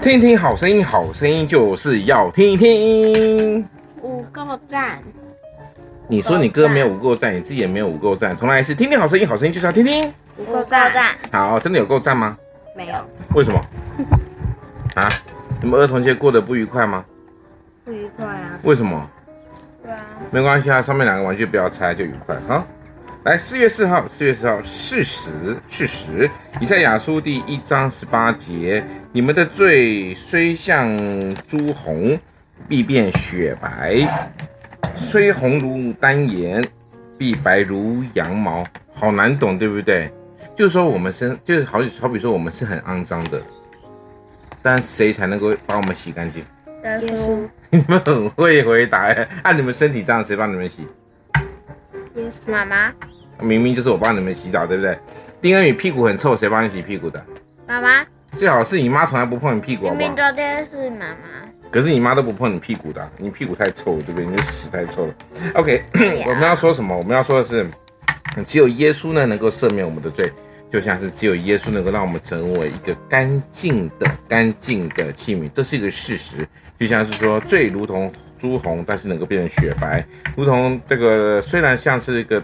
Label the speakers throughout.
Speaker 1: 听听好声音，好声音就是要听一听。
Speaker 2: 五够赞，
Speaker 1: 你说你歌没有五够赞，你自己也没有五够赞，重来一次。听听好声音，好声音就是要听听。
Speaker 2: 五
Speaker 3: 够赞，
Speaker 1: 好，真的有够赞吗？
Speaker 2: 没有
Speaker 1: 为什么？啊？你们儿童节过得不愉快吗？
Speaker 2: 不愉快啊。
Speaker 1: 为什么？
Speaker 3: 对啊，
Speaker 1: 没关系啊，上面两个玩具不要拆就愉快哈。来，四月四号，四月四号，事实，事实，以赛亚书第一章十八节，你们的罪虽像朱红，必变雪白；虽红如丹颜，必白如羊毛。好难懂，对不对？就是说我们身，就是好比好比说我们是很肮脏的，但谁才能够把我们洗干净？
Speaker 3: 耶
Speaker 2: 耶稣，
Speaker 1: 你们很会回答哎，按、你们身体这样，谁帮你们洗？
Speaker 2: 耶稣，
Speaker 3: 妈妈，
Speaker 1: 明明就是我帮你们洗澡，对不对？丁恩宇屁股很臭，谁帮你洗屁股的？
Speaker 3: 妈妈，
Speaker 1: 最好是你妈从来不碰你屁股，好
Speaker 3: 明
Speaker 1: 不好
Speaker 3: 明？昨天是妈妈，
Speaker 1: 可是你妈都不碰你屁股的啊、你屁股太臭了，对不对？你的屎太臭了。OK，我
Speaker 3: 哎
Speaker 1: 们要说什么？我们要说的是，只有耶稣呢能够赦免我们的罪，就像是只有耶稣能够让我们成为一个干净的、干净的器皿，这是一个事实。就像是说，罪如同朱红，但是能够变成雪白，如同这个虽然像是一个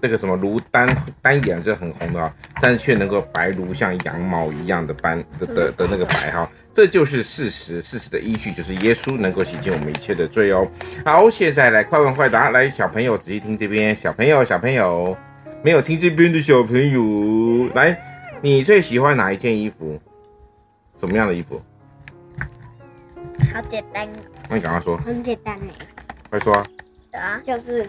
Speaker 1: 那个什么如丹丹眼是很红的啊，但是却能够白如像羊毛一样的斑的的的那个白哈，这就是事实，事实的依据就是耶稣能够洗净我们一切的罪哦。好，现在来快问快答，来小朋友仔细听这边，小朋友小朋友没有听这边的小朋友，来，你最喜欢哪一件衣服？什么样的衣服？
Speaker 3: 好简单哦
Speaker 1: 那你赶快说，
Speaker 2: 很简单诶，
Speaker 1: 快说啊！
Speaker 3: 对啊，
Speaker 2: 就是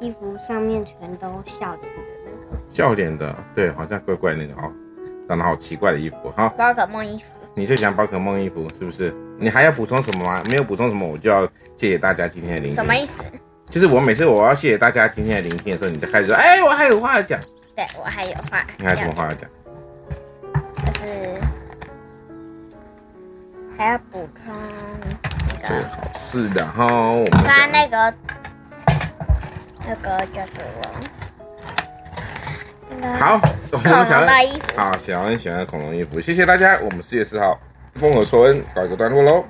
Speaker 2: 衣服上面全都笑脸的那个。
Speaker 1: 笑脸的，对，好像怪怪那个哦，长得好奇怪的衣服哈。
Speaker 3: 宝可梦衣服，
Speaker 1: 你最喜欢宝可梦衣服是不是？你还要补充什么吗？没有补充什么，我就要谢谢大家今天的聆听。
Speaker 3: 什么意思？
Speaker 1: 就是我每次我要谢谢大家今天的聆听的时候，你就开始说，哎、我还有话要讲。
Speaker 3: 对我还有话，
Speaker 1: 你还有什么话要讲？
Speaker 3: 就是还要补充那
Speaker 1: 最
Speaker 3: 个
Speaker 1: 好是的哈，我们
Speaker 3: 穿那个那个叫什么？那个
Speaker 1: 好，我
Speaker 3: 恐
Speaker 1: 们想
Speaker 3: 龙
Speaker 1: 要
Speaker 3: 的衣服。
Speaker 1: 好，喜欢喜欢恐龙衣服，谢谢大家，我们四月四号，风和说恩告一个段落喽，